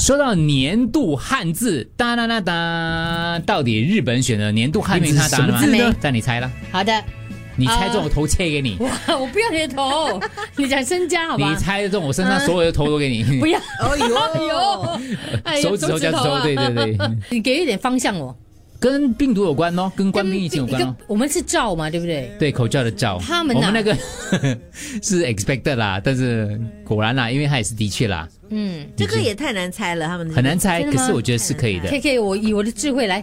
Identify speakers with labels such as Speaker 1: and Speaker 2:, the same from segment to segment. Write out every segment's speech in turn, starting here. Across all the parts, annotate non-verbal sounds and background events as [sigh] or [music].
Speaker 1: 说到年度汉字，哒哒哒哒，到底日本选的年度汉名它答案吗？
Speaker 2: 什么字呢
Speaker 1: 让你猜了，
Speaker 2: 好的，
Speaker 1: 你猜中我头切给你，
Speaker 2: 哇，我不要你的
Speaker 1: [laughs]
Speaker 2: 头，你讲身家好
Speaker 1: 你
Speaker 2: 吧？啊
Speaker 1: 猜中我身上所有的头都给你，
Speaker 2: [laughs] 不要，
Speaker 3: 哦
Speaker 2: 哟
Speaker 3: 哟，
Speaker 2: 哎
Speaker 1: [laughs]
Speaker 2: 呀
Speaker 1: 手指头加指头，
Speaker 2: 啊
Speaker 1: 对对对，
Speaker 2: [laughs] 你给一点方向哦，
Speaker 1: 跟病毒有关哦，跟冠病疫情有
Speaker 2: 跟
Speaker 1: 关哦。
Speaker 2: 我们是照嘛，对不对？
Speaker 1: 对口罩的罩，
Speaker 2: 他们啊
Speaker 1: 我
Speaker 2: 哪
Speaker 1: 们那个 [laughs] 是 expected 啦，但是果然啦，因为它也是的确啦，
Speaker 2: 嗯
Speaker 3: 这个也太难猜了，他们的
Speaker 1: 很难猜，
Speaker 2: 真
Speaker 1: 可
Speaker 2: 的吗
Speaker 1: 是我觉得是可以的。
Speaker 2: ，K K，我以我的智慧来，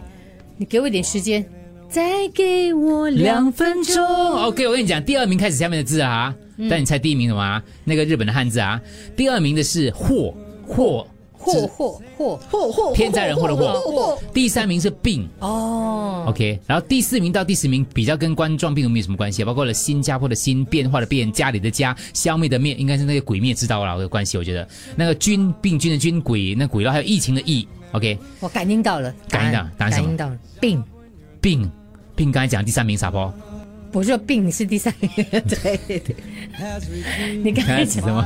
Speaker 2: 你给我一点时间，再给我两分钟。嗯
Speaker 1: OK，我跟你讲，第二名开始下面的字啊，但你猜第一名什么啊？那个日本的汉字啊，第二名的是祸祸
Speaker 2: 嚯嚯嚯！
Speaker 3: 嚯嚯
Speaker 1: 天灾人祸的祸
Speaker 3: 嚯嚯
Speaker 1: 第三名是病
Speaker 2: 哦，
Speaker 1: ，OK，然后第四名到第十名比较跟冠状病毒没有什么关系，包括了新加坡的新变化的变，家里的家，消灭的灭，应该是那个鬼灭之刀啦的关系，我觉得那个菌病菌的菌鬼那鬼，然后还有疫情的疫，OK，
Speaker 2: 我感应到了，啊
Speaker 1: 感应到答案什
Speaker 2: 感
Speaker 1: 么
Speaker 2: 应到了，病。
Speaker 1: 病病刚才讲第三名傻包，
Speaker 2: 我说病是
Speaker 1: [laughs]
Speaker 2: 第三名，
Speaker 3: 对对对，
Speaker 2: 你刚
Speaker 1: 刚
Speaker 2: 才
Speaker 1: 才指 [laughs]
Speaker 2: 讲
Speaker 1: 什么？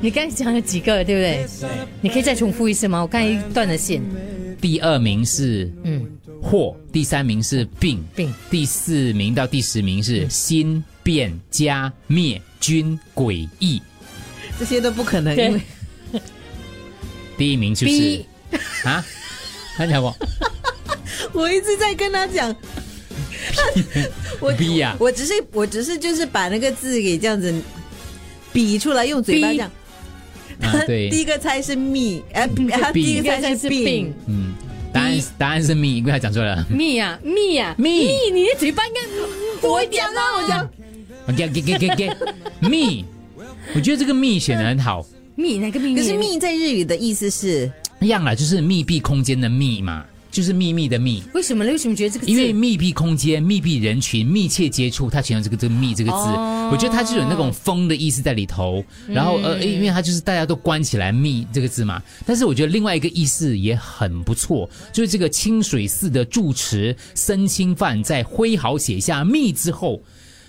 Speaker 2: 你刚才讲了几个，对不对？你可以再重复一次吗？我刚才断了线。
Speaker 1: 第二名是
Speaker 2: 嗯，
Speaker 1: 祸，第三名是病，
Speaker 2: 病，
Speaker 1: 第四名到第十名是新变加灭君诡异，
Speaker 3: 这些都不可能，
Speaker 2: 对
Speaker 3: 因为
Speaker 1: 第一名就是
Speaker 2: B
Speaker 1: 啊，看起来不
Speaker 3: 我一直在跟
Speaker 1: [laughs]
Speaker 3: 他讲。我
Speaker 1: B 呀、
Speaker 3: [laughs] 我只是我只是就是把那个字给这样子比出来，用嘴巴
Speaker 2: B
Speaker 3: 讲。
Speaker 1: 啊，
Speaker 3: [laughs]
Speaker 1: 对，
Speaker 3: 第一个猜是蜜，哎，他第一
Speaker 2: 第
Speaker 3: 个猜是病。
Speaker 1: 嗯，答案答案是密，因为他讲错了。
Speaker 2: 蜜呀蜜呀
Speaker 1: 蜜
Speaker 2: 蜜，你的嘴巴应该多一点啊！我讲
Speaker 1: 给给给给给密，我觉得这个密选的很好，
Speaker 2: 蜜哪个蜜？
Speaker 3: 可是蜜在日语的意思是，
Speaker 1: 一样啦，就是密闭空间的密嘛，就是秘密的密。
Speaker 2: 为什么呢？为什么觉得这个字？
Speaker 1: 因为密闭空间、密闭人群、密切接触，它全用这个这个“密”这个字，
Speaker 2: 哦
Speaker 1: 我觉得它就有那种风的意思在里头。然后呃，
Speaker 2: 嗯
Speaker 1: 因为它就是大家都关起来“密”这个字嘛。但是我觉得另外一个意思也很不错，就是这个清水寺的住持僧清范在挥毫写下“密”之后，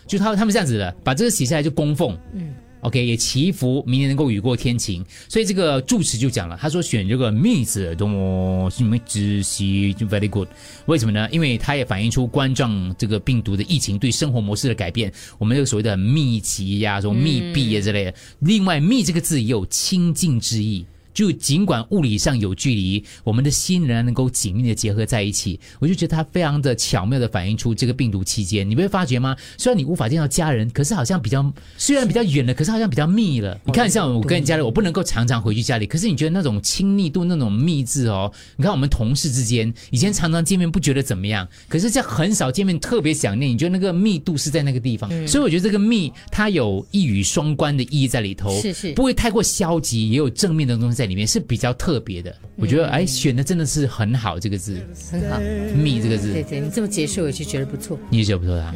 Speaker 1: 就他他们这样子的，把这个写下来就供奉。嗯。OK，也祈福明年能够雨过天晴，所以这个住持就讲了，他说选这个密字，多么什么知悉就 very good，为什么呢？因为它也反映出冠状这个病毒的疫情对生活模式的改变，我们这个所谓的密集呀、什么密闭呀、之类的。另外，“密”这个字也有亲近之意。就尽管物理上有距离，我们的心仍然能够紧密的结合在一起。我就觉得它非常的巧妙的反映出这个病毒期间，你不会发觉吗？虽然你无法见到家人，可是好像比较虽然比较远了，可是好像比较密了。你看，
Speaker 2: 哦
Speaker 1: 像我跟你家人，我不能够常常回去家里，可是你觉得那种亲密度、那种密字哦，你看我们同事之间以前常常见面不觉得怎么样，可是这样很少见面特别想念，你觉得那个密度是在那个地方，所以我觉得这个密它有一语双关的意义在里头，
Speaker 2: 是是
Speaker 1: 不会太过消极，也有正面的东西在里面，是比较特别的。
Speaker 2: 嗯
Speaker 1: 我觉得哎，选的真的是很好，这个字
Speaker 2: 很好。
Speaker 1: “密”这个
Speaker 2: 嗯对嗯
Speaker 1: 字，
Speaker 2: 对，你这么解释，我就觉得不错。
Speaker 1: 你也觉得不错啊？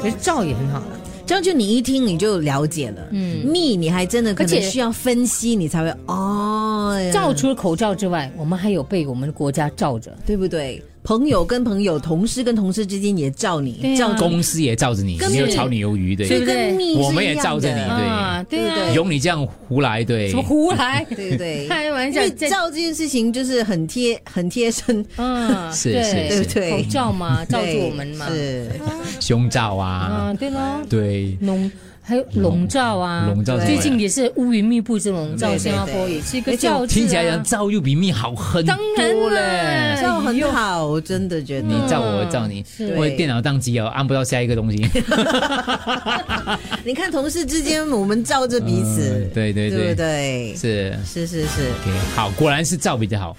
Speaker 2: 可是照也很好了。
Speaker 3: 这样就你一听你就了解了。嗯，蜜你还真的可
Speaker 2: 而且
Speaker 3: 能需要分析，你才会哦，
Speaker 2: 照除了口罩之外，我们还有被我们国家罩着。
Speaker 3: 对不对？朋友跟朋友，同事跟同事之间也照
Speaker 2: 对
Speaker 3: 你，
Speaker 2: 啊
Speaker 3: 照你，
Speaker 1: 公司也罩着你，
Speaker 3: 根
Speaker 2: 嗯
Speaker 1: 没
Speaker 3: 本
Speaker 1: 有炒你鱿鱼，
Speaker 3: 所
Speaker 1: 对
Speaker 3: 以，跟蜜
Speaker 1: 我们
Speaker 3: 是
Speaker 1: 也
Speaker 3: 一样
Speaker 1: 照着
Speaker 3: 的
Speaker 1: 你
Speaker 2: 啊，对
Speaker 3: 对
Speaker 2: 啊
Speaker 3: 不，对
Speaker 1: 用你这样胡来，对
Speaker 2: 什，么胡来？
Speaker 3: 对对
Speaker 2: 开玩笑
Speaker 3: 因为
Speaker 2: 这
Speaker 3: 照这件事情就是很贴很贴
Speaker 2: [laughs]
Speaker 3: 身，
Speaker 2: 嗯，
Speaker 1: 是
Speaker 2: 对
Speaker 1: 是
Speaker 3: 对不对
Speaker 2: 口？罩嘛，罩住
Speaker 3: 对
Speaker 2: 我们嘛。
Speaker 3: 是
Speaker 1: 胸罩啊，
Speaker 2: 啊，对喽，
Speaker 1: 对。
Speaker 2: 笼还有笼罩啊，
Speaker 1: 笼罩之外
Speaker 2: 最近也是乌云密布，这笼罩
Speaker 3: 对对
Speaker 2: 新加坡
Speaker 3: 对
Speaker 2: 也是一个
Speaker 3: 而且我
Speaker 2: 罩、啊、
Speaker 1: 哎听起来像照又比蜜好很
Speaker 2: 当然
Speaker 1: 多
Speaker 2: 啦
Speaker 1: 嘞。
Speaker 3: 照很好，我真的觉得
Speaker 1: 你照我，我照你，
Speaker 2: 是
Speaker 1: 我的电脑宕机哦，按不到下一个东西。 [laughs]
Speaker 3: 你看同事之间，我们照着彼此，
Speaker 1: 嗯对对
Speaker 3: 对
Speaker 1: 对
Speaker 3: 不对？
Speaker 1: 是
Speaker 3: 是是是。
Speaker 1: ，OK，好，果然是照比较好。